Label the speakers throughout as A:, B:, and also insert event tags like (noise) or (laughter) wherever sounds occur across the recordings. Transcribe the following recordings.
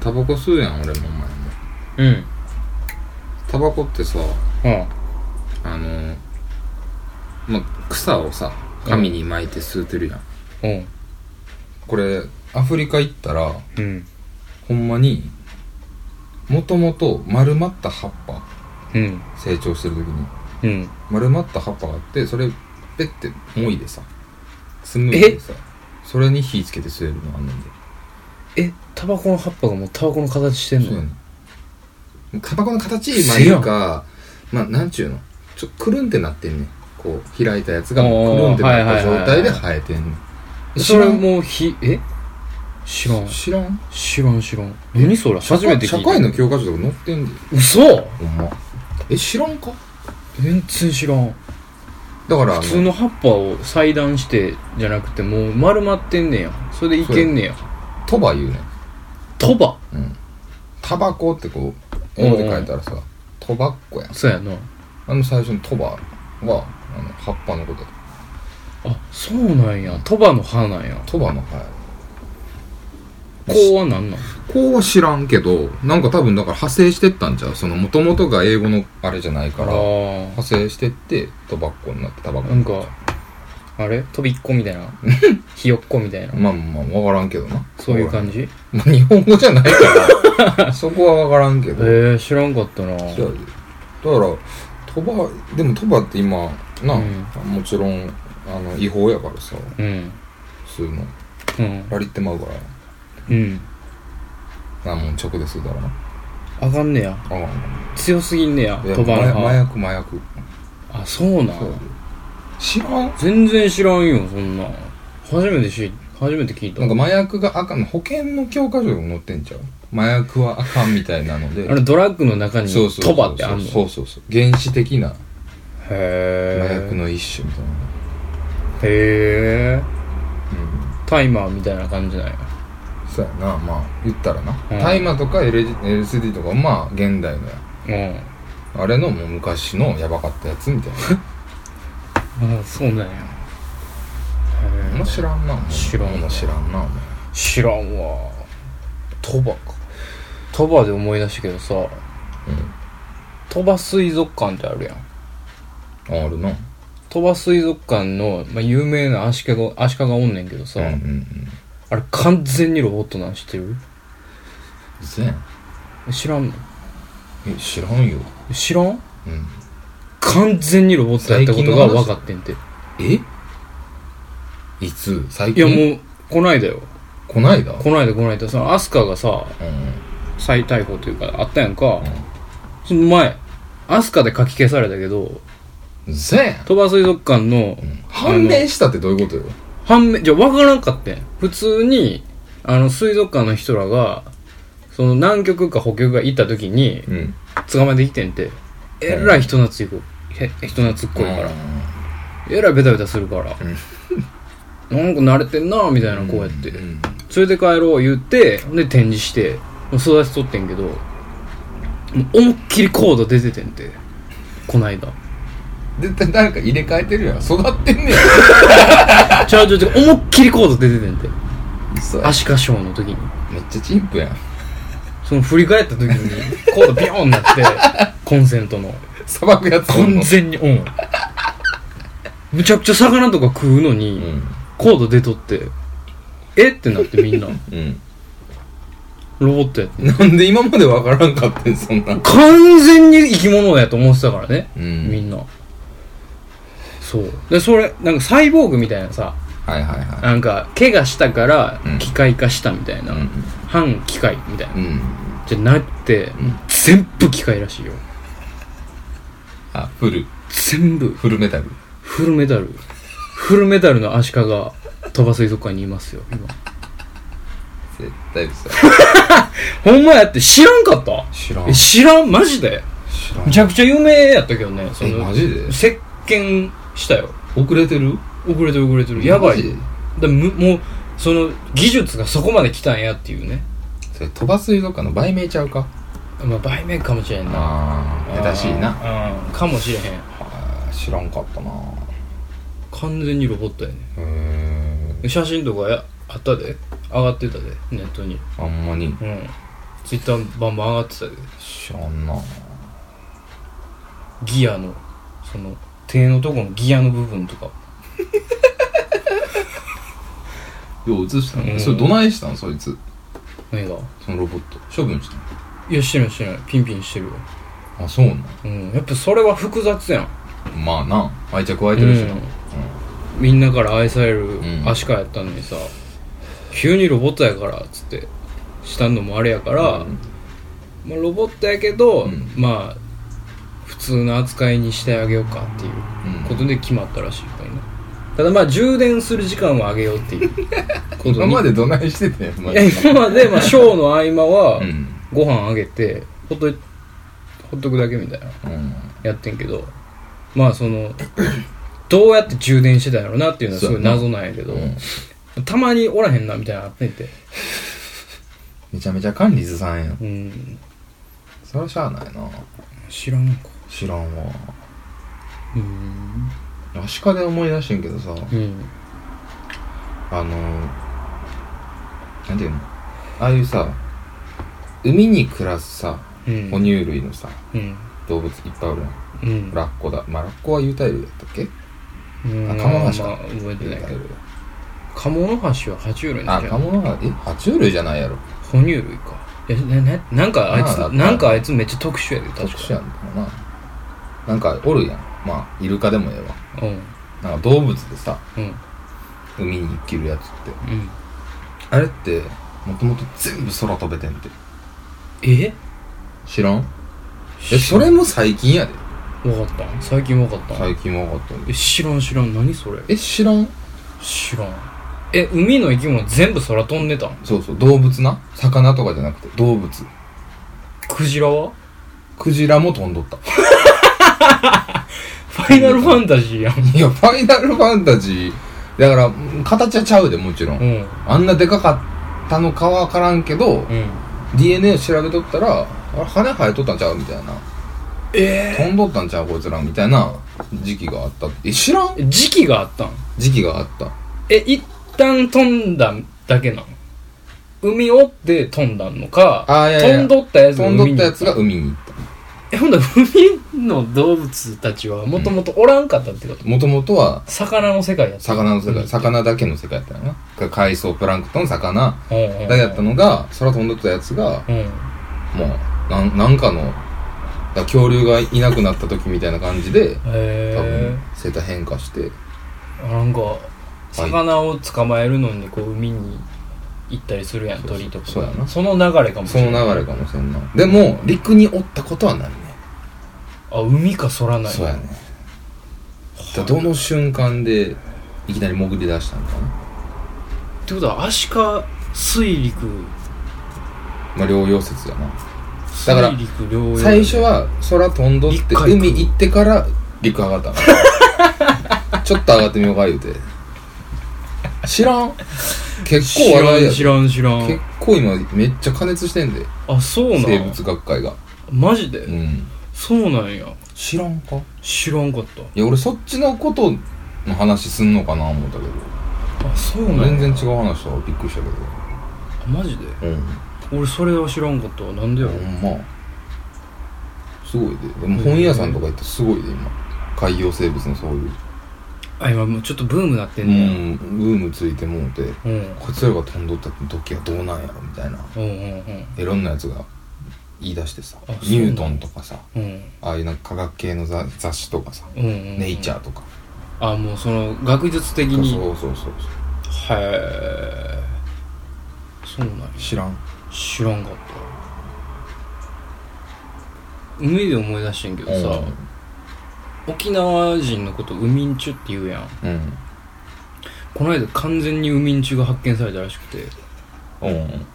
A: タバコ吸うやん俺もお前も
B: うん。
A: タバコってさ
B: うん。
A: あのま草をさ紙に巻いて吸うてるやん、
B: うん。
A: これアフリカ行ったら
B: うん。
A: ほんまにもともと丸まった葉っぱ
B: うん。
A: 成長してる時に
B: うん。
A: 丸まった葉っぱがあってそれペッてもいでさスムーズでさそれに火つけて吸えるのあんねんで
B: え、タバコの葉っぱがもうタバコの形してん
A: そうや
B: の
A: ねんタバコの形まあいうかまあなんちゅうのちょくるんってなってんねんこう開いたやつがもうくるんってなった状態で生えてんねん
B: それもう火、え知らん。
A: 知らん
B: 知らん知らん。何それ初めて聞いた。
A: 社会の教科書とか載ってんで
B: 嘘
A: ほんまえ知らんか
B: 全然知らん。
A: だからあ
B: 普通の葉っぱを裁断してじゃなくてもう丸まってんねやそれでいけんねや
A: とば言うねん
B: トバ
A: うんタバコってこう英語で書いたらさトバッコやん
B: そうやな
A: あの最初のトバはあの葉っぱのことや
B: あそうなんやトバの葉なんや
A: トバの葉や
B: こうはなんなん
A: こうは知らんけどなんか多分だから派生してったんじゃうその元々が英語のあれじゃない
B: あ
A: から
B: ー
A: 派生してってトバッコになってタバコ
B: なんかあれ飛びっこ
A: (laughs)
B: みたいなひよっこみたいな
A: まあまあ分からんけどな
B: そういう感じへ
A: (laughs) まあ日本語じゃないから
B: (laughs)
A: そこは分からんけ
B: え
A: ど、
B: ー、知らんかったな
A: そうやでだからトバでもトバって今な、
B: う
A: もちろんあの違法やからさ
B: うん
A: 普通の
B: うん
A: ラリってまうから
B: うん
A: あもう直ですだからな
B: あかんねや
A: ああ
B: 強すぎんねや
A: いや
B: トバの
A: 麻麻
B: 葉
A: 薬麻薬
B: あそうな
A: そうん知らん
B: 全然知らんよそんなん初めて知初めて聞いた
A: なんか麻薬があかん保険の教科書に載ってんちゃう麻薬はあかんみたいなので
B: あのドラッグの中に
A: そうそうそ
B: ト
A: う
B: バってあんの
A: そうそうそう原始的な麻
B: へ
A: 薬の一種みたいな、
B: えへえタイマーみたいな感じなんや
A: うん、そうやなまあ言ったらな
B: うん
A: 大麻、とか LG LSD とかまあ現代のや
B: うん
A: あれのもう昔のやばかったやつみたい
B: あそうなんや
A: な
B: へ
A: もう
B: え
A: 知らんなもう
B: 知らん
A: もう知らんなお前
B: 知らんわ鳥羽か鳥羽で思い出したけどさ鳥羽、水族館ってあるやん
A: ああるな
B: 鳥羽水族館の、まあ、有名なアシカがアシカがおんねんけどさ、
A: うんうんうん
B: あれ完全にロボットなん知ってる
A: 嘘やん
B: 知らんの
A: え知らんよ、
B: 知らん
A: うん、
B: 完全にロボットやったことが分かってんて
A: えいつ最
B: いや
A: 近
B: もうこないだよ
A: こないだ
B: こないだこないだそのアスカがさ
A: うん
B: 再逮捕というかあったやんか、その前アスカで書き消されたけど
A: 嘘やん
B: 鳥羽水族館の
A: 判明したってどういうことよ
B: 判明じゃあ分からんかってん普通にあの水族館の人らがその南極か北極が行った時に
A: うん
B: 捕まえてきてんてえらい人懐っこいへ人懐っこいからえらいベタベタするから、なんか慣れてんなみたいなこうやって、
A: うん
B: 連れて帰ろう言ってで展示してもう育てとってんけどもう思いっきりコード出ててんてこないだ
A: 絶対なんか入れ替えてるやん育ってんね
B: ちゃうちゃうちゃう思いっきりコード出ててんて
A: やそう
B: アシカショーの時に
A: めっちゃチンプやん
B: その振り返った時にコードビヨーンなって (laughs) コンセントの
A: 砂漠やつおん
B: 完
A: の
B: 全にオンむちゃくちゃ魚とか食うのに、
A: うん
B: コード出とってえってなってみんな
A: うん
B: ロボットやって
A: なんで今までわからんかってんそんな
B: 完全に生き物やと思ってたからね
A: う
B: み
A: ん
B: んなそうでそれなんかサイボーグみたいなさ
A: はいはいは
B: なんか怪我したから
A: うん
B: 機械化したみたい
A: い
B: な、
A: うん
B: 反機械みたいな、
A: うん
B: じゃなくて、
A: ん
B: 全部機械らしいよ
A: あフル
B: 全部
A: フルメタル
B: フルメダルフルメダルのアシカが鳥羽水族館にいますよ今
A: 絶対嘘
B: ほんまやって知らんかった
A: 知ら
B: え知らんマジで
A: 知ら
B: めちゃくちゃ有名やったけどねそ
A: え
B: の
A: マジで
B: 石鹸したよ
A: 遅れてる
B: 遅れてる遅れてるやば
A: マ
B: い
A: ジ
B: だむもうその技術がそこまで来たんやっていうね、
A: それ飛ばすいとかの売名ちゃうか
B: まあ、売名かもしれんな
A: ああ下手しいな
B: なうんかもしれへん
A: あー知らんかったな
B: 完全にロボットやね
A: へえ
B: 写真とかやあったで上がってたでネットに
A: あんまに
B: うんツイッターバンバン上がってたで
A: 知らんな
B: ギアのその手のとこのギアの部分とか
A: よう映した
B: う
A: の
B: ん
A: それどないしたんそいつ
B: 何が
A: そのロボット処分した
B: いやしてないしてないピンピンしてるわ
A: のあそうなん
B: うんやっぱそれは複雑やん
A: まあな愛着湧いてるしな、
B: うんみんなから愛される
A: うん
B: アシカやったのにさ、急にロボットやからっつってしたのもあれやから、
A: うん
B: まあ、ロボットやけど、
A: うん
B: まあ普通の扱いにしてあげようかっていう
A: うん
B: ことで決まったらしいからねただまあ充電する時間を上げよう
A: (laughs)
B: っていうことに
A: 今までどないしてたんやマ
B: いや
A: ジで
B: 今まで、まあ、ショーの合間は
A: うん
B: ご飯あげてほっといほっとくだけみたいな
A: うん
B: やってんけどまあそのどうやって充電してたんやろなっていうのはすごい謎なんやけど、
A: うん
B: たまにおらへんなみたいなのあってんて
A: めちゃめちゃ管理図さんやん
B: うん
A: それはしゃあないな
B: 知らんか
A: 知らんわ
B: うん
A: アシカで思い出してんけどさ
B: うん
A: あのなんていうのああいうさ海に暮らすさ
B: うん
A: 哺乳類のさ
B: うん
A: 動物いっぱいおるやん
B: うん
A: ラッコだまあラッコは有袋類だったっけ
B: うん
A: あカモノハシか
B: まあまあ覚えて
A: 有
B: ない
A: 袋
B: け
A: 類
B: どカモノハシは爬虫類な
A: あ
B: んじゃ
A: カ
B: ん
A: モノハえ爬虫類じゃないやろ
B: 哺乳類かいやなななんかあいつ
A: まあ
B: なんかあいつめっちゃ特殊やで確
A: 特
B: か
A: 殊やんだろななんかおるやんまあイルカでもええわ
B: うん
A: なんか動物でさ
B: うん
A: 海に生きるやつって
B: うん
A: あれってもともと全部空飛べてんて
B: え
A: 知らんえそれも最近やで
B: 分かった最近分かった
A: 最近分かったんで
B: え知らん知らん何それ
A: え知らん
B: 知らんえ海の生き物全部空飛んでたん
A: そうそう動物な魚とかじゃなくて動物
B: クジラは
A: クジラも飛んどった (laughs)
B: ファイナルファンタジーやん
A: いやファイナルファンタジーだからうん形はちゃうでもちろん、
B: うん
A: あんなでかかったのかは分からんけど、
B: うん、
A: DNA 調べとったらあれ羽生えとったんちゃうみたいな
B: え
A: 飛んどったんちゃうこいつらみたいな時期があったえ知らん
B: ー、時期があったん
A: 時期があった
B: え一旦飛んだだけなん海を追って飛んだのか
A: あいやいや
B: 飛んどったやつが
A: 飛ん
B: 海
A: ど
B: に
A: ったやつが海に行った
B: えほんだら海の動物たちはもともとおらんかったってこと、
A: もともとは
B: 魚の世界やった
A: 魚の世
B: う
A: 界
B: ん
A: 魚だけの世界やったよなか海藻プランクトン魚
B: うんうん
A: だけやったのが空飛んどったやつが
B: うん
A: もうなんなんかのだから恐竜がいなくなった時みたいな感じで多
B: へ
A: 分生態変化して
B: えなんか魚を捕まえるのにこう海に行ったりするやん
A: そうそう
B: 鳥とか
A: そうやな
B: その流れかもし
A: そ
B: れ
A: の
B: ない
A: 流れかもしれんなでも陸におったことはないね
B: あ海か空ない
A: そうやねだからどの瞬間でいきなり潜り出したのかな、
B: ってことはアシカ水陸
A: まあ、療養説やなだから
B: 水陸両用
A: 最初は空飛んどっ
B: 一
A: て
B: 回
A: 海行ってから陸上がった
B: (laughs)
A: のちょっと上がってみようか言うて知らん結構
B: 知ら
A: 話題や
B: ん
A: で
B: 知らん知らん
A: 結構今めっちゃ加熱してんで
B: あそうなん
A: 生物学会が
B: マジで、
A: うん
B: そうなんや
A: 知らんか
B: 知らんかっ
A: いや俺そっちのことの話すんのかな思ったけど
B: たあそうなんや
A: 全然違う話とびっくりしたけ
B: あマジで
A: どうん
B: 俺それは知らんかったわなんでやろ、
A: ほんますごいででも本屋さんとか行ってすごいで今海洋生物のそういう
B: あ今もうちょっとブームなって
A: うん
B: ね
A: んブームついてもうて
B: うん
A: こいつらが飛んどった時はどうなんやろみたいな
B: うんう
A: い
B: ん
A: ろんなやつが言い出してさ
B: あそう
A: ニュートンとかさ
B: うんうん
A: ああいうなんか科学系の雑雑誌とかさ
B: うんうん
A: ネイチャ
B: ー
A: ーとか
B: あもうその学術的
A: そう
B: に
A: そうそうそう
B: へえそうなんや
A: 知らん
B: 知らんかった海で思い出してんけどさ、沖縄人のこと「ウミンチュ」って言うやん
A: うん
B: この間完全にウミンチュが発見されたらしくて
A: うん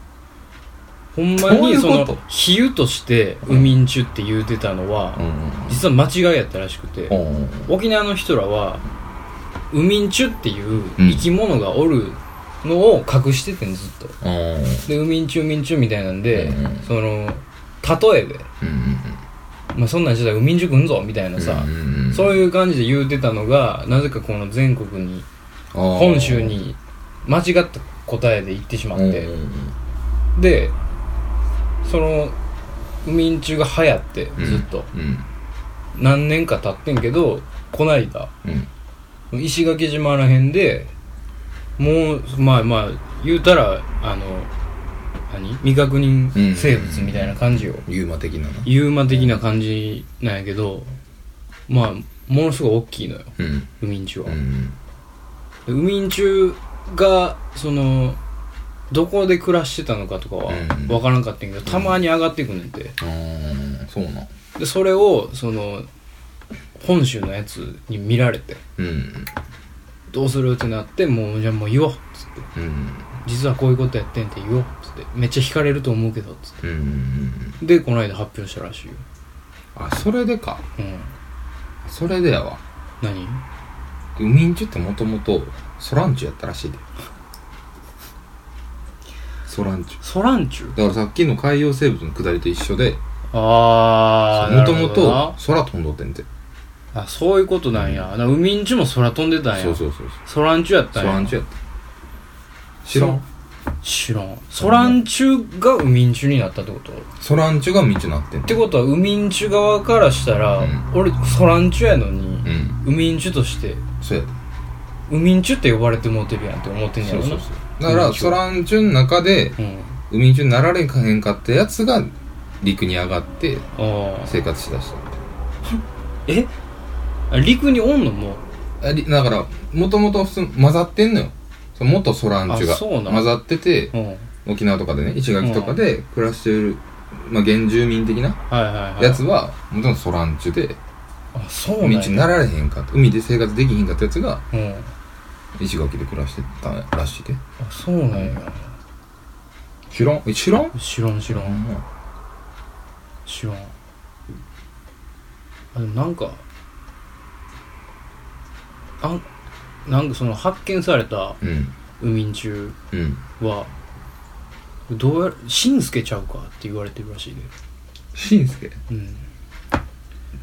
B: ほんま
A: どうい
B: に
A: う
B: その
A: こと
B: 比喩として「ウミンチュ」って言うてたのは、
A: う
B: 実は間違いやったらしくて、
A: んうん
B: 沖縄の人らは「ウミンチュ」っていう
A: うん
B: 生き物がおるのを隠しててんずっと
A: うんうん
B: で「ウミンチュウミンチュ」みたいなんで、
A: うんうん
B: その例えで、まあ、そんなんしてたら「ウミンチュくんぞ」みたいなさ、
A: うん
B: そういう感じで言うてたのがなぜかこの全国に本州に間違った答えで行ってしま
A: あ
B: っ
A: ー
B: て
A: うんうん
B: でその海ん中が流行って
A: うん
B: ずっと、
A: うん
B: 何年か経ってんけどこないだ
A: うん
B: 石垣島らへんでもうまあまあ言うたらあの何未確認生物みたいな感じよ、
A: ユーマ的なな
B: ユーマ的な感じなんやけどまあものすごい大きいのよ
A: うん
B: 海んちは、
A: うん
B: で海んちがそのどこで暮らしてたのかとかは
A: うん
B: 分からんかったんやけど、たまに上がってくんねんて
A: ああそうなん
B: でそれをその本州のやつに見られて
A: うん
B: どうするってなってもうじゃあもう言おうっつって
A: うん
B: 実はこういうことやってんって言おうっつってめっちゃ惹かれると思うけどっつっ
A: うんうん
B: てでこの間発表したらしいよ
A: あそれでか
B: うん
A: それでやわ
B: 何
A: 海んちってもともとソランチュやったらしいでソランチュ
B: ソランチュ
A: だからさっきの海洋生物の下りと一緒で
B: ああ
A: もともと空飛んどってんて
B: あそういうことなんや、だから海んちも空飛んでたんや
A: そうそうそうそう
B: 空んちゅやっ
A: ソ
B: たんや
A: ランチュやった知らん
B: 知らん空んちゅが海んちゅになったってことっ
A: ソランチュが道になってんて
B: てことは海んちゅ側からしたら、
A: うん
B: 俺空んちゅやのに、
A: うん
B: 海んちゅとして
A: そうやで
B: 海んちゅって呼ばれてもうてるやんって思ってんや
A: そ
B: ろ
A: う
B: な
A: そうそうだからソランチュの中で
B: うん
A: 海んちゅになられんかへんかったやつが陸に上がって
B: ああ
A: 生活しだした
B: えあ陸におんのもう
A: ありだからもともと普通混ざってんのよその元ソランチュ
B: あ
A: が
B: そうなん
A: 混ざってて
B: うんはい
A: 沖縄とかでね石垣とかで暮らしてる、まあ、原住民的な
B: はいはい
A: やつはもともとソランチュで
B: あそうなん
A: 海
B: や
A: 地になられへんかった海で生活できひんかったやつが
B: うんあ
A: 石垣で暮らしてたらしいで
B: そうなんや
A: 知らんえ知らん
B: 知らん知らん知らんあでもなんかあんなんかその発見された
A: うん
B: 海ん中
A: うん
B: はどうやら「しんすけちゃうか」って言われてるらしいで
A: しんすけ
B: うん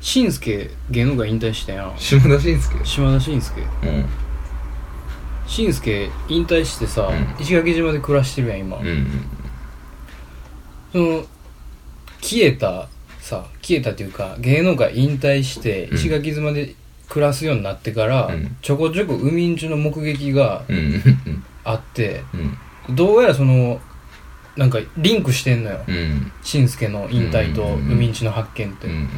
B: しんすけ芸能界引退したやん
A: 島田しんすけ
B: 島田しんすけ
A: うん
B: しんすけ引退してさ、
A: うん
B: 石垣島で暮らしてるやん今、
A: うんうん
B: その消えたさ消えたっていうか芸能界引退して
A: うん
B: 石垣島で暮らすようになってから、
A: うん
B: ちょこちょこ海んちの目撃が
A: うんうん
B: あって
A: うん
B: どうやらそのなんかリンクしてんのよ
A: うんうん
B: しんすけの引退と
A: うんうんうん
B: 海んちの発見って、
A: うんうん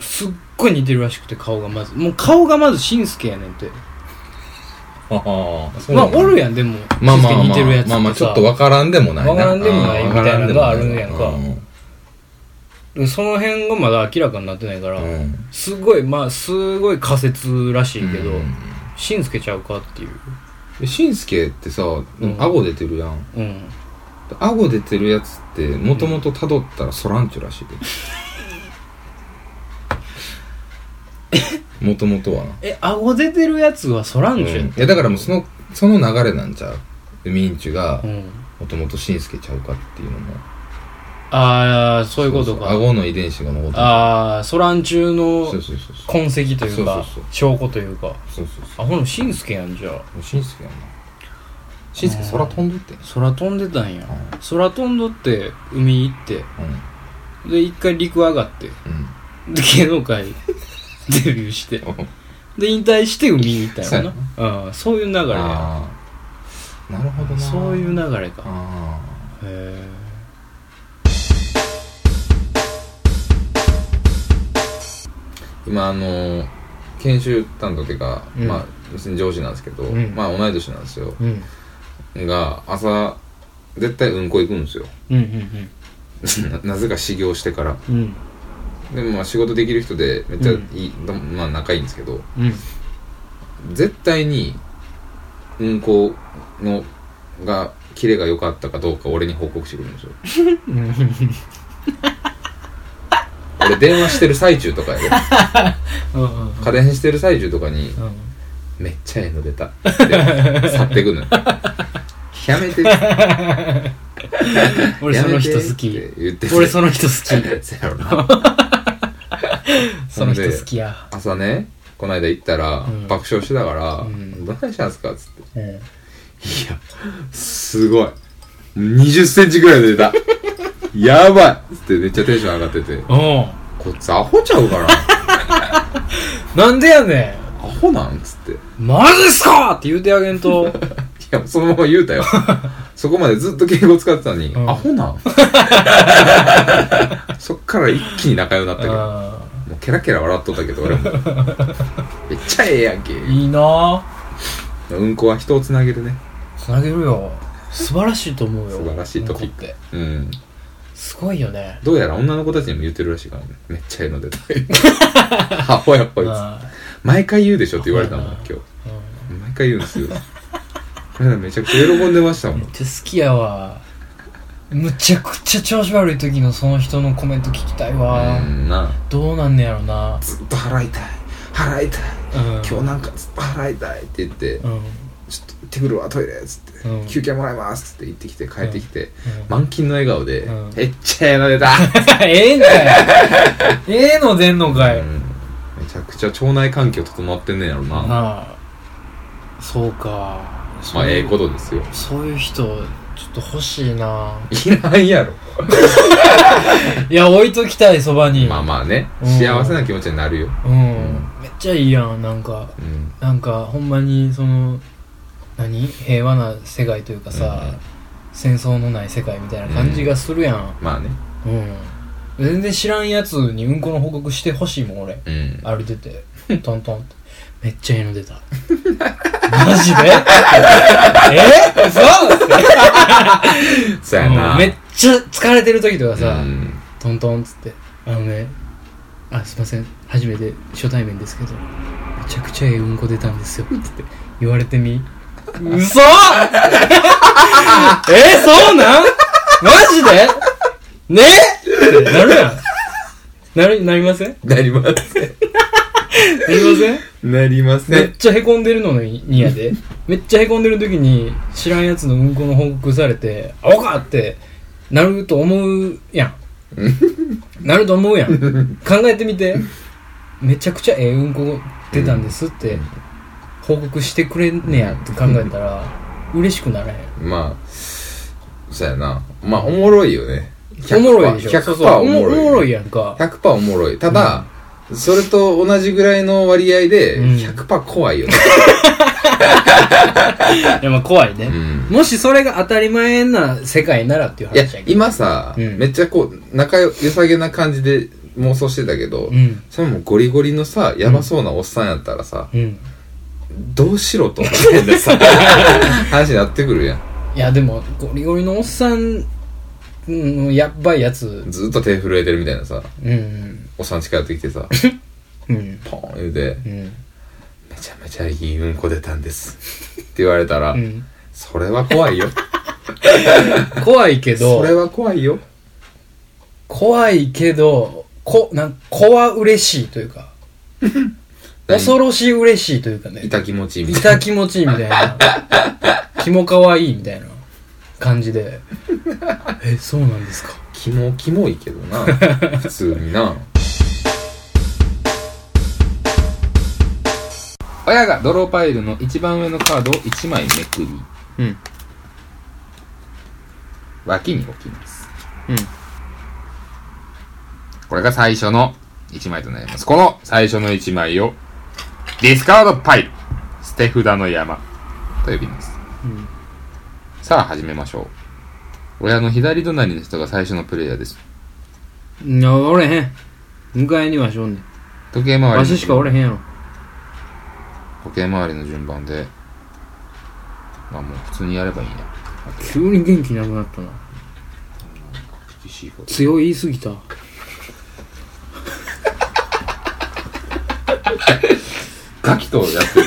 B: すっごい似てるらしくて顔がまずもう顔がまずしんすけやねんって
A: ああそう
B: まあ
A: なんだ
B: おるやんでも
A: まあま
B: しんす
A: あ
B: け
A: ま
B: 似てる
A: あ
B: やつて
A: まあまあちょっと
B: さ
A: わからんでもないな
B: わからんでもない
A: あー
B: みたいなのがあるやんか
A: わらでも
B: でその辺がまだ明らかになってないから、
A: ないうんうん
B: すごいまあすごい仮説らしいけど、
A: うん
B: しんすけちゃうかっていう
A: えしんすけってさでも顎出てるやん
B: うん
A: 顎出てるやつってもともとたどったらソランチュらしい (laughs) でもともとはな、
B: え顎出てるやつはそら
A: うんん
B: ちゅやっ
A: い
B: た
A: やだからもうそのその流れなんちゃう海んちゅが
B: うん
A: もともとしんすけちゃうかっていうのも
B: ああそういうことか
A: そうそう顎の遺伝子が残ってる
B: ああそらんちゅうの
A: そうそうそうそう
B: 痕跡というか
A: そうそうそう
B: 証拠というか
A: そうそうそ
B: あほんしんすけやんじゃあ
A: うもうしんすけやなしんすけ空飛んどってん
B: 空飛んでたんや
A: う
B: 空飛んどって海行って
A: う
B: で一回陸上がって
A: んうん
B: で芸能界 (laughs) デビューしてで引退して海行ったんやろな、うん、そういう流れや
A: ああなるほどな
B: そういう流れか
A: ああ
B: へえ
A: 今あの研修担当っていうか、
B: うん
A: まあ別に上司なんですけど、
B: うん
A: まあ同い年なんですよ
B: うん
A: が朝絶対うんこ行くんですよ (laughs)
B: うんうん
A: ななぜか修行してから
B: うんうん
A: でもまあ仕事できる人でめっちゃ
B: うん
A: いい、どまあ仲いいんですけど
B: うん
A: 絶対にうんこのがキレが良かったかどうか俺に報告してくるんですよ俺電話してる最中とかやで
B: うん
A: 家電してる最中とかに
B: うん
A: めっちゃええの出たって去ってくのよやめて
B: (laughs) 俺その人好き
A: やめてって言ってて
B: 俺その
A: (laughs)
B: 人好き
A: そやろな
B: その人好きや
A: 朝ねこの間行ったら、
B: うん
A: 爆笑してたから「
B: うん
A: どないしたんすか?」っつって
B: うん
A: 「いやすごい2 0ンチぐらい出たやばいっつってめっちゃテンション上がってて
B: うん
A: こいつアホちゃうから
B: なんでやね
A: アホなんっつってい
B: んマジっすかって言うてあげん
A: (laughs)
B: と
A: やそのまま言う (laughs) たよそこまでずっと敬語使ってたのに、
B: うん
A: アホなん (laughs) そっから一気に仲良くなったけど
B: あ
A: もうケラケラ笑っとったけど俺もめっちゃええやんけ
B: ーいいなあ
A: うんこは人をつなげるね
B: つなげるよ素晴らしいと思うよ
A: 素晴らしいトピック
B: うんこって
A: うん
B: すごいよね
A: どうやら女の子たちにも言ってるらしいからねめっちゃええの (laughs) 出たアホやっぱいつ
B: あ
A: 毎回言うでしょって言われたもん
B: アホや
A: 今
B: な
A: 日
B: ーうん
A: 毎回言うんですよこれめちゃくちゃ喜んでましたも
B: めっ
A: ん
B: ちゃ好きやわむちゃくちゃ調子悪い時のその人のコメント聞きたいうわ
A: んな
B: どうなんねやろな
A: ずっと払いたい払いたい
B: うん
A: 今日なんかずっと払いたいって言って、
B: うん
A: ちょっと行ってくるわトイレっつって、
B: うん
A: 休憩もらいますっつって行ってきて帰ってきて、
B: うん
A: 満勤の笑顔で、
B: うん
A: めっちゃええの
B: (laughs)
A: 出た、
B: (laughs) ええんかい
A: (laughs)
B: ええの出んのかい、
A: うんめちゃくちゃ腸内環境整ってんねんやろなま
B: なあそうかそう
A: あええことですよ
B: そういう人ちょっと欲しいない
A: らんやろ
B: いや置いときたいそばに、
A: まあまあね、
B: うん
A: 幸せな気持ちになるよ。
B: うん、
A: ん
B: めっちゃいいやんなんか
A: うん。
B: なんかほんまにその何平和な世界というかさ、
A: うん
B: 戦争のない世界みたいな感じがするやん
A: まあね。
B: うん、全然知らんやつにうんこの報告してほしいもん俺
A: うん。
B: 歩い
A: (laughs)
B: ててトントンってめっちゃいいの出たマ
A: (laughs)
B: ジでえ嘘
A: そうやな。
B: うんめっちゃ疲れてる時とかさ、
A: うん
B: トントンっつってあのねあすいません初めて初対面ですけどめちゃくちゃええうんこ出たんですよつって言われてみ嘘 (laughs) えそうなんマジでねってなるやんなるなりませんな
A: なりません。
B: りません
A: なりませ
B: めっ
A: ん。
B: ちゃへこんでるのにやでめっちゃへこんでる時に知らんやつのうんこの報告されて「あおか!」ってなると思うやん
A: (laughs)
B: なると思うやん考えてみてめちゃくちゃええうんこ出たんですって報告してくれんねやって考えたら嬉しくならへん
A: まあ、そうやな。まあ、おもろいよね。
B: おもろいでしょそうそう
A: 100%お
B: おも
A: もろい。
B: おもろいやんか
A: 100%おもろい。ただ、それと同じぐらいの割合で、
B: うん
A: 100%怖いよね。
B: いやまあ怖いね
A: うん
B: もしそれが当たり前な世界ならっていう
A: いや
B: 話や、けど
A: 今さ、
B: うん
A: めっちゃこう、仲良さげな感じで妄想してたけど
B: う、ん
A: それもゴリゴリのさ、やばそうなおっさんやったらさ、
B: うん
A: どうしろ
B: (laughs)
A: と話になってくるやん。
B: いやでもゴリゴリのおっさんのやっばいやつ
A: ずっと手震えてるみたいなさ、
B: うん
A: おっさん近寄ってきてさ、
B: うん
A: ポーン言うて、
B: うん
A: めちゃめちゃいいうんこ出たんです。って言われたら、
B: うん
A: それは怖いよ。
B: 怖いけ
A: それ
B: ど
A: は怖いよ。
B: 怖いけどこなん怖嬉しいというか恐ろしい嬉しいというかね
A: 痛気持ちいいみたいな。
B: 痛気持ちいいみたい (laughs) な気も可愛いみたいな感じ (laughs) でえそうなんですか
A: キモ、キモいけど (laughs) な。普通にな。親がドローパイルの一番上のカードを1枚めくり、
B: うん
A: 脇に置きます。
B: うん
A: これが最初の1枚となります。この最初の1枚を、ディスカードパイル、捨て札の山と呼びます。
B: うん
A: さあ始めましょう。親の左隣の人が最初のプレイヤーです。
B: いやおれへん迎えにはしょんねん
A: 時計回りの
B: わししかおれへんやろ
A: 時計回りの順番で、まあもう普通にやればいいな。
B: 急に元気なくなったな
A: 厳しいこと。
B: 強い言い過ぎた
A: ガキとやってる。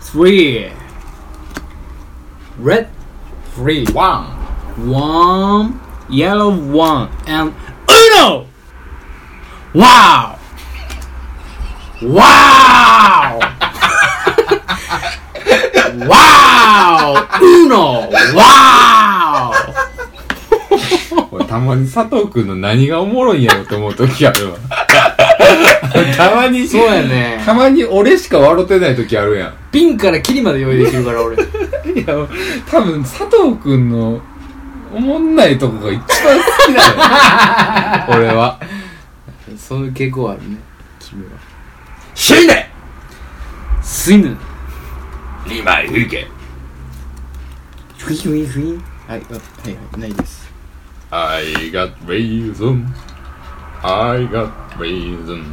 B: three red three
A: One!
B: one yellow one and uno wow wow (laughs) wow uno wow
A: 俺たまに佐藤くんの何がおもろいんやろって思う時あるわ。 (laughs) たまに、
B: そうやね
A: たまに俺しか笑ってない時あるやん。
B: ピンからキリまで用意できるから俺
A: いや、多分佐藤くんのおもんないとこが一番好きなのよ (laughs) 俺は
C: そういう傾向あるね君は
A: 死ね死ぬリマイウケ
C: フィンフィンフィンはいあはいはいないです
A: I got reason I got reason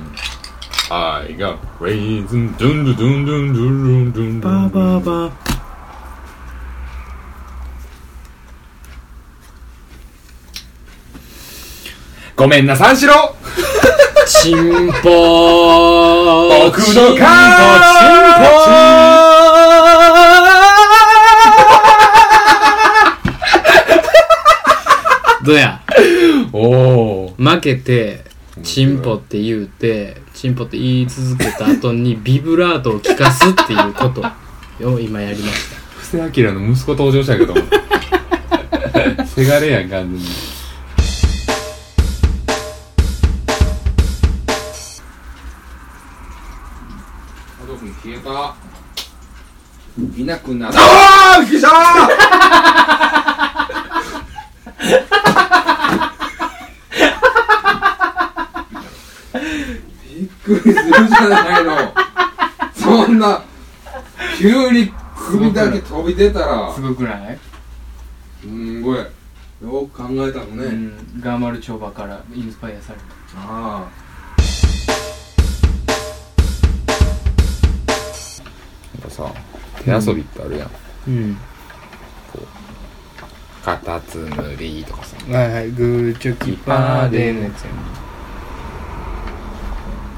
A: I got reason ドゥンドゥドゥンドゥンドゥンドゥンドゥンドゥン
B: バ
A: ごめんな三四郎
B: チンポー
A: 僕のカ
B: チンポチンポどうや
A: おお
B: 負けてチンポって言うてチンポって言い続けた後にビブラートを聞かすっていうことを今やりました
A: 布施明の息子登場したけど
D: (laughs)
A: せがれやん完全に
D: 加藤君消えたいなくなっ
A: ああびっくりした
D: びっくりするじゃないのそんな急に首だけ飛び出たら
C: すごくない
D: すんごいよく考えたのね、
C: うんガーマルチョーバーからインスパイアされた
D: あ
A: なんかさ手遊びってあるやん、
B: うん
A: カタツムリとかさ
B: はいはいグーチョキパーでのやつや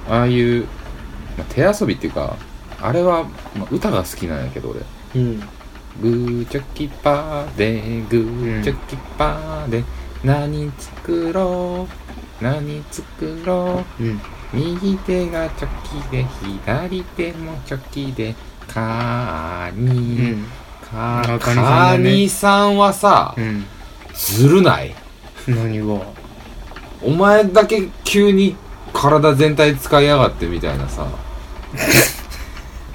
A: ああいう、まあ、手遊びっていうかあれは、まあ、歌が好きなんやけど俺
B: うん
A: グーチョキパーでグーチョキパーで、何作ろう何作ろ
B: うん
A: う右手がチョキで左手もチョキでカー
B: う
A: ニー、
B: ん
A: カ
B: あ
A: ー
B: カニさ
A: カ
B: んだね
A: ーニーさんはさ、
B: うん
A: ずるない
B: 何が
A: お前だけ急に体全体使いやがってみたいなさ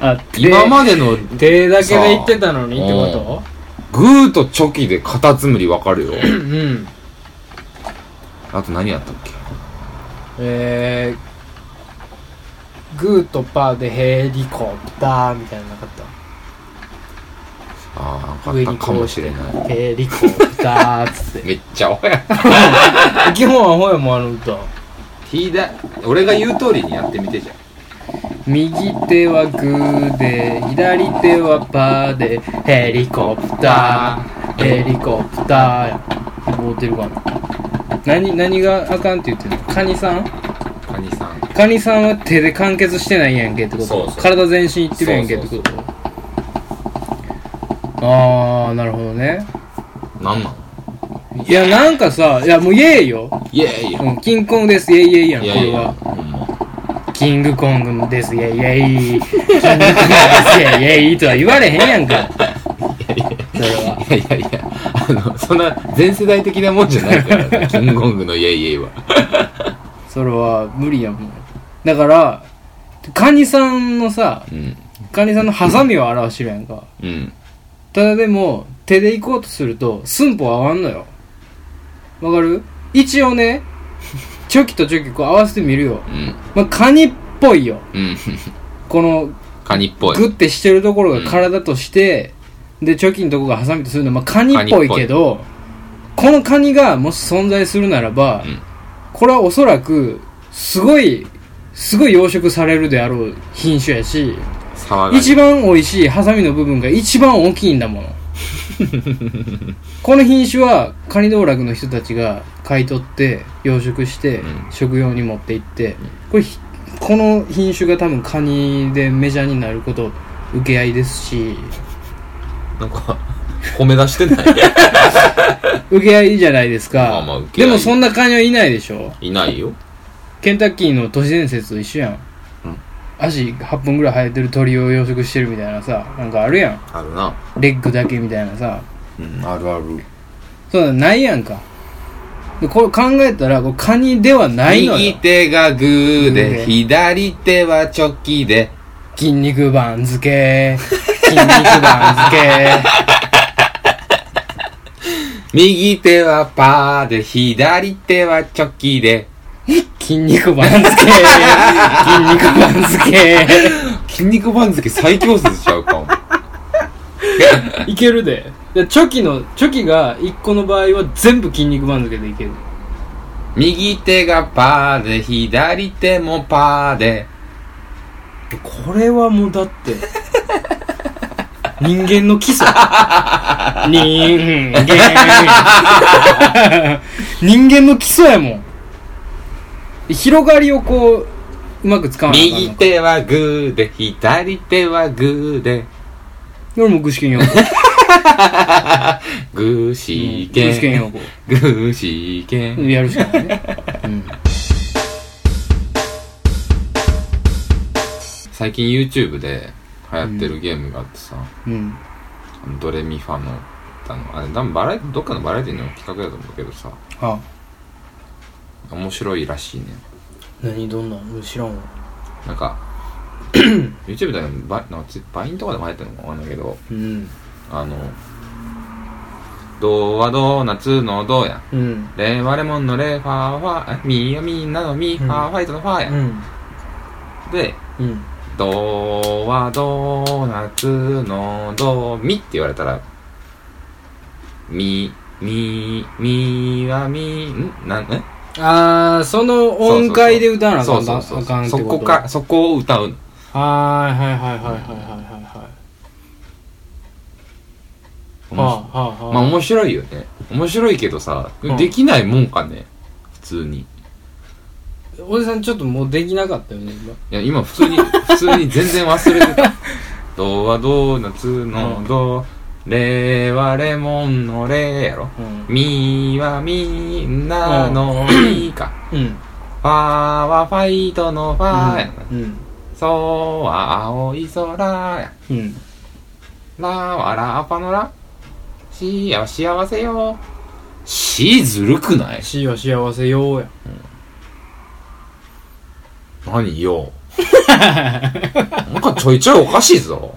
B: あ
A: 今までの
B: 手だけで言ってたのにってこ
A: グーとチョキでカタツムリわかるよ
B: とうん
A: あと何やったっけ
B: えー、グーとパーでヘリコプターみたいなのなかった
A: ああ
B: 上
A: なかっ
B: に
A: たか
B: こ
A: も
B: う
A: し
B: し
A: れ
B: て
A: ない
B: ヘリコプターっつって
A: めっちゃおや
B: 基本はほやもんあの歌
A: ティーだ俺が言う通りにやってみてじゃん
B: 右手はグーで左手はパーでヘリコプターヘリコプターや覚えてるかな何何があかんって言ってんのカニさん
A: カニさん
B: カニさんは手で完結してないやんけってこと
A: そうそう
B: 体全身いってるやんけってことああなるほどね
A: なんなん
B: いやなんかさいやもうイエーイよ、
A: いやいや
B: うん、キングコングですイエイイエイやん
A: い
B: こ
A: やい
B: れ
A: や
B: は
A: ほんま
B: キングコングですイエイイエイキングコングですイエイイエイとは言われへんやんかそれはい
A: やいやいやあのそんな全世代的なもんじゃないからねキングコングのイエイイエイは
B: それは無理やもんだからカニさんのさ
A: うん
B: カニさんのハサミを表してるやんか
A: うん
B: ただでも手で行こうとすると寸法合わんのよわかる一応ねチョキとチョキこう合わせてみるよ
A: うん
B: まあ、カニっぽいよ
A: うん
B: この
A: カニっぽい
B: グッてしてるところが体として、でチョキのとこがハサミとするのは、まあ、カニっぽいけどこのカニがもし存在するならば、
A: うん
B: これはおそらくすごいすごい養殖されるであろう品種やし
A: 騒がし
B: 一
A: い
B: 番美味しいハサミの部分が一番大きいんだ
A: (laughs)
B: ものこの品種はカニ道楽の人たちが買い取って養殖して
A: うん
B: 食用に持って行ってこれひこの品種が多分カニでメジャーになること受け合いです
A: (laughs)
B: し
A: なんか褒め出してない
B: 受け合いじゃないですか、
A: まあまあ受け合い
B: でもそんなカニはいないでしょ
A: いないよ。
B: ケンタッキーの都市伝説と一緒やん、
A: うん
B: 足8分ぐらい生えてる鳥を養殖してるみたいなさなんかあるやん
A: あるな。
B: レッグだけみたいなさ
A: うん、あるある。
B: そうだないやんかでこれ考えたらこれカニではないの
A: 右
B: よ
A: 手がグー
B: グー
A: で、
B: で
A: 左手はチョキで。
B: 筋肉番付筋肉番付
A: 右手はパーで、左手はチョキで。
B: (laughs) 筋肉番付 (laughs) 筋肉番付
A: 筋肉番付最強説ちゃうかも。
B: いけるででチョキのチョキが1個の場合は全部筋肉番付でいける
A: (laughs) 右手がパーで、左手もパーで。
B: これはもうだって (laughs) 人間の基礎人間人間の基礎やもん広がりをこううまく使わない
A: 右手はグーで、左手はグーで。
B: 俺も具志堅用語
A: グーシー
B: 具志堅
A: ケン。
B: 用語
A: グーシーケン。
B: やるしかないね、うん
A: 最近 YouTube で流行ってるゲームがあってさ、
E: うん。
A: あのドレミファの歌のあれ多分バラエどっかのバラエティの企画だと思うけどさ
B: あ
A: 面白いらしいね
B: 何どんなの知らんわ
A: なんか (clears throat) YouTube でバなんかツイバインとかでも流行ってるのかわかんないけど
E: うん。
A: あの「ドはドーナツのドや
E: う
A: ん
E: ん。」
A: 「レはレモンのレファーファー」え「ミーはミーナのミーファーファイトのファーや」
B: うん
A: で
B: うん
A: 「ドはドーナツのドミ」って言われたら「ミミミはミんなんえ
B: ああその音階で歌わなあかんだ
A: そうそうそう
B: あかんって
A: そ
B: こと
A: こかそこを歌うの
B: はーいはいはいはいはいはいはいはい
A: 面白い
B: はあはあは
A: まあ面白いよね面白いけどさ、
B: うん
A: できないもんかね普通にい
B: おじさんちょっともうできなかったよね今
A: や今普通に普通に全然忘れて
B: (laughs)
A: た「ドはドーナツのド」レはレモンのレやろ
B: うん
A: ミはみんなのミか
B: うん
A: ファはファイトのファやな
E: うん。
A: ソは青い空や
E: うん。
A: ラはラパのラシは幸せよシずるくない
B: C は幸せよーや
A: 何よなんかちょいちょいおかしいぞ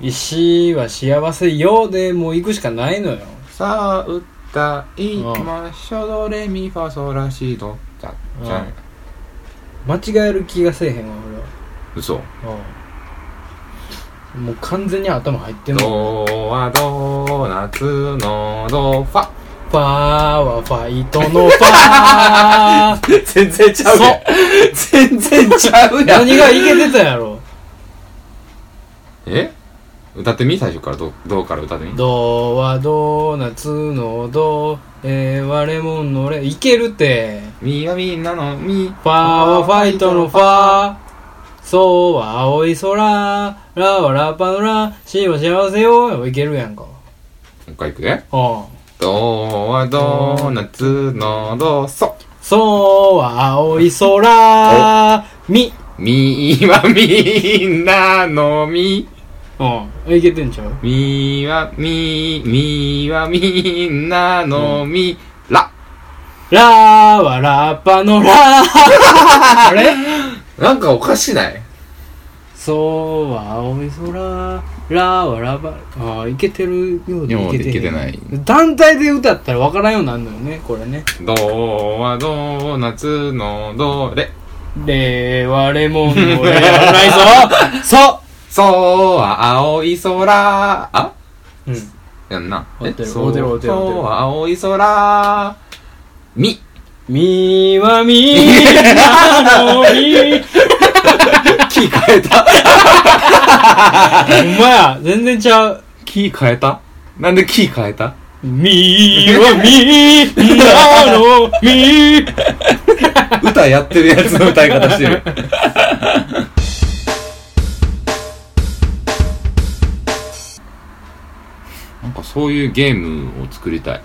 B: いや C は幸せよーでもう行くしかないのよ
A: さあ歌いましょうドレミファソラシドじゃじゃ
B: うん間違える気がせえへんわ俺は
A: 嘘
B: うんもう完全に頭入ってんの
A: ドはドーナツのドファ
B: ファーはファイトのファー
A: (laughs) 全然ちゃうやん全然ちゃうやん
B: 何がいけてたやろ
A: え歌ってみ最初からどどうから歌ってみ
B: ドはドーナツのドえー、はレモンのレいけるって
A: みはみんなのみ
B: ファーはファイトのファーソーは青い空ラはラッパのラシーは幸せよいけるやんか
A: もう一回いくで
B: うん
A: ドはドーナツのドソ
B: ソーは青い空み
A: みはみんなのみ。
B: うんいけてんちゃう
A: みはみ、みはみんなのみ。ら。
B: ラはラッパのラあれ
A: なんかおかしない
B: ソーは青い空ラはラバああいけてるようでいけてへん
A: いけてない
B: 団体で歌ったらわからんようになるのよねこれね
A: ドはドーナツのどれ。
B: 令和レモンの俺やらないぞ (laughs) そ
A: ソは青い空。あ
B: う、うん、
A: やんな。
B: 合ってる
A: ソ
B: 合ってる合ってる合ってる
A: ソは青い空。み。
B: みーはみーなのみ
A: キー変え
B: (laughs)
A: た
B: ほんまや全然ちゃう
A: キー変えたなんでキー変えた
B: みーはみーなのみー
A: 歌やってるやつの歌い方して
B: (laughs)
A: る。なんかそういうゲームを作り
B: (laughs)
A: たい。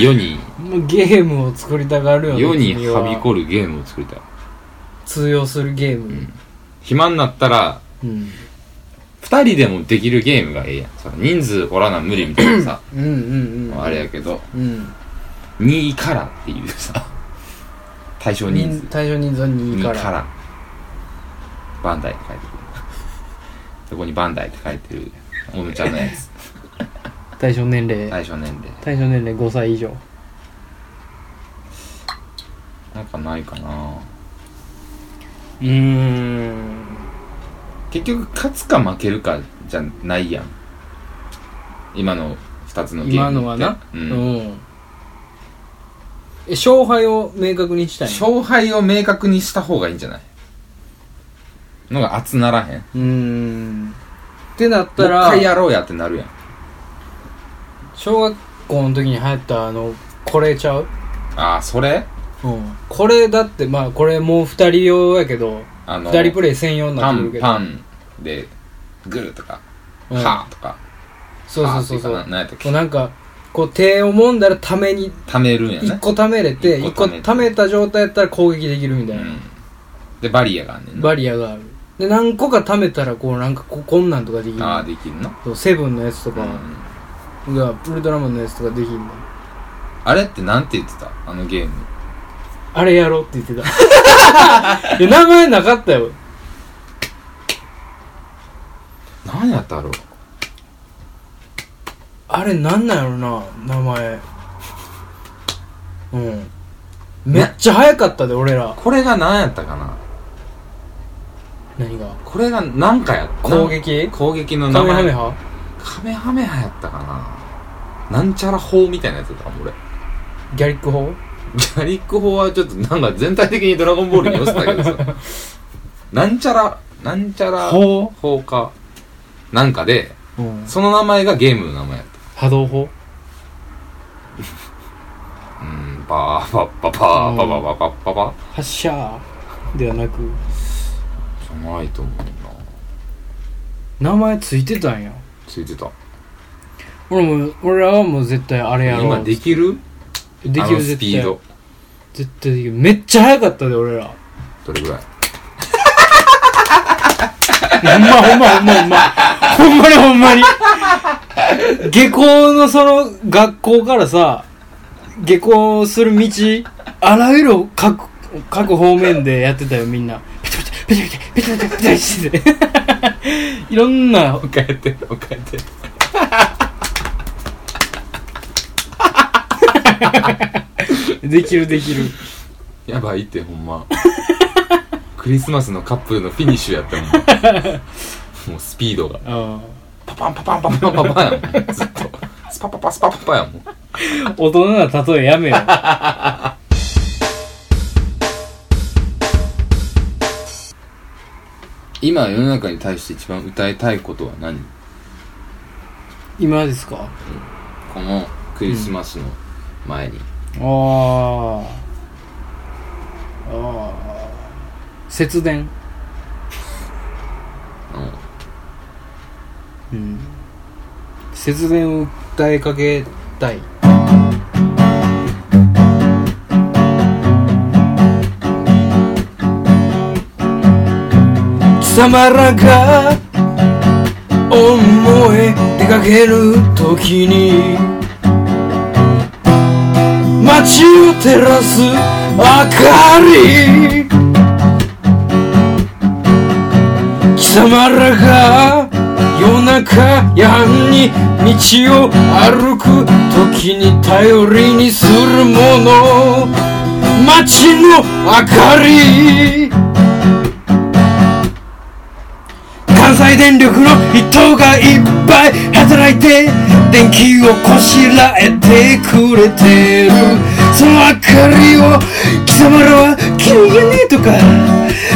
A: 世に、
B: もうゲームを作りたがるよね
A: 世に
B: 君は
A: はびこるゲームを作りたい。
B: 通用するゲーム
A: 暇になったら、
B: うん
A: 二人でもできるゲームがええやん。その人数おらな無理みたいな
B: (clears throat)
A: さ、
E: うんうんうん。
A: あれやけど、
E: うん。
A: 2からっていうさ、対象人数。
B: 対象人数は2から
A: からバンダイって書いてるそこにバンダイって書いてるおのちゃんのやつ
B: 対象年齢、
A: 対象年齢
B: 対象年齢5歳以上
A: なんかないかな
B: うーん
A: 結局勝つか負けるかじゃないやん今の2つのゲームって
B: 今のはな
A: う
B: うんんえ勝敗を明確にしたいの
A: 勝敗を明確にした方がいいんじゃないのが熱ならへんも
B: うーんってなっ
A: う
B: た
A: 一
B: ら
A: 回やろうやってなるやん
B: 小学校の時に流行ったあのこれちゃう、
A: ああそれ
B: うん、これだってまあこれもう2人用やけど
A: あの
B: 2人プレイ専用にな
A: パ
B: ってる
A: ン
B: けど
A: パンでグーとか、
B: うん
A: ハーとか
B: そうそうそうそう
A: ハーっていかな何やったっ
B: もう
A: け
B: なんかこう手を揉んだらために
A: 溜めるんや
B: 1
A: ね
B: 個ためれて
A: 一
B: 1
A: 個
B: 個
A: 貯めて
B: ためた状態やったら攻撃できるみたいな、
A: うんでバリアがあんねん
B: バリアがあるで何個か貯めたらこうなんかここんなんとかできる
A: アああできんの、
B: そうセブンのやつとか
A: うん
B: が、ウルトラマンのやつとかできるの
A: あれってなんて言ってたあのゲーム
B: あれやろうって言 (laughs) ってたいや名前なかったよ
A: 何やったろう
B: あれなんなんやろな名前うんめっちゃ早かったで俺ら
A: これが何やったかな
B: 何が
A: これが何かやった
B: 攻撃
A: 攻撃の
B: カ
A: 名
B: メ
A: 前
B: ハメハ
A: カメハメハやったかななんちゃら砲みたいなやつだったかも俺
B: ギャリック砲
A: ギャリック砲はちょっとなんか全体的にドラゴンボールに寄せたけどさなんちゃらなんちゃら
B: 砲
A: 砲かなんかで
B: うん
A: その名前がゲームの名前やっ
B: 波動砲
A: たうんパーパッパパーパパパパッパパ
B: 発射ではなく
A: じゃないと思うな
B: 名前ついてたんや
A: ついてた
B: 俺も俺らはもう絶対あれやろう
A: 今できる
B: で
A: あ
B: き
A: の
B: る
A: ス
B: 絶
A: ピー
B: 対
A: ド
B: 絶対できるめっちゃ早かったで俺ら
A: どれぐらい
B: ほんまほんまほんまほんま。ほんまにほんまに。下校のその学校からさ、下校する道、あらゆる各、各方面でやってたよみんな。ペチペチ、ペチペチ、ペチペチ、ペチペチしてて。いろんな、
A: 帰って帰って
B: できるできる。
A: やばいってほんまクリスマスのカップルのフィニッシュやったもんもうスピードが
B: うん
A: パパンパパンパパンパパンやもんずっとスパパパスパパパやもん
B: 大人な例えやめよ。
A: 今世の中に対して一番歌いたいことは何
B: 今ですか
A: このクリスマスの前に、
B: ああ。ああ。節電。
A: うん
B: うん、節電を訴えかけたい貴様らが思い出かける時に街を照らす明かり貴様らが夜中夜半に道を歩く時に頼りにするもの街の明かり関西電力の人がいっぱい働いて電気をこしらえてくれてるその明かりを貴様らは綺麗やねとか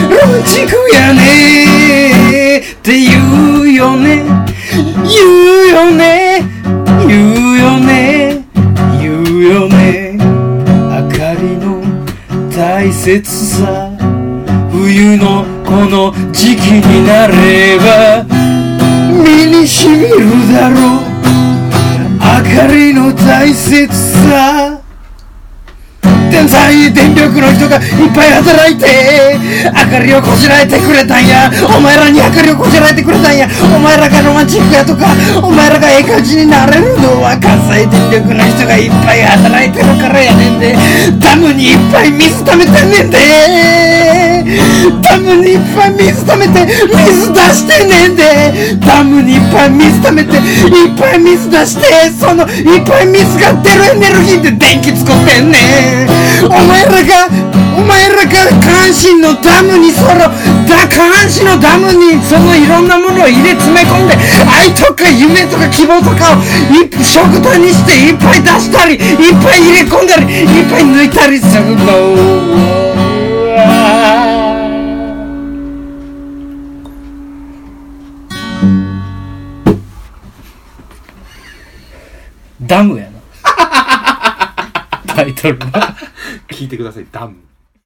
B: ロマンチックやねって言うよね言うよね言うよね言うよね明かりの大切さ冬のこの時期になれば身にしみるだろう明かりの大切さ天才電力の人がいっぱい働いて明かりをこしらえてくれたんやお前らに明かりをこしらえてくれたんやお前らがロマンチックやとかお前らがええ感じになれるのは関西電力の人がいっぱい働いてるからやねんでダムにいっぱい水溜めてんねんでダムにいっぱい水溜めて水出してんねんでダムにいっぱい水溜めていっぱい水出してそのいっぱい水が出るエネルギーで電気作ってんねんお前らがお前らが関心のダムにそのだ関心のダムにそのいろんなものを入れ詰め込んで愛とか夢とか希望とかをい食堂にしていっぱい出したりいっぱい入れ込んだりいっぱい抜いたりするの
F: ダムやなタイトルは
A: 聞いてください、ダム。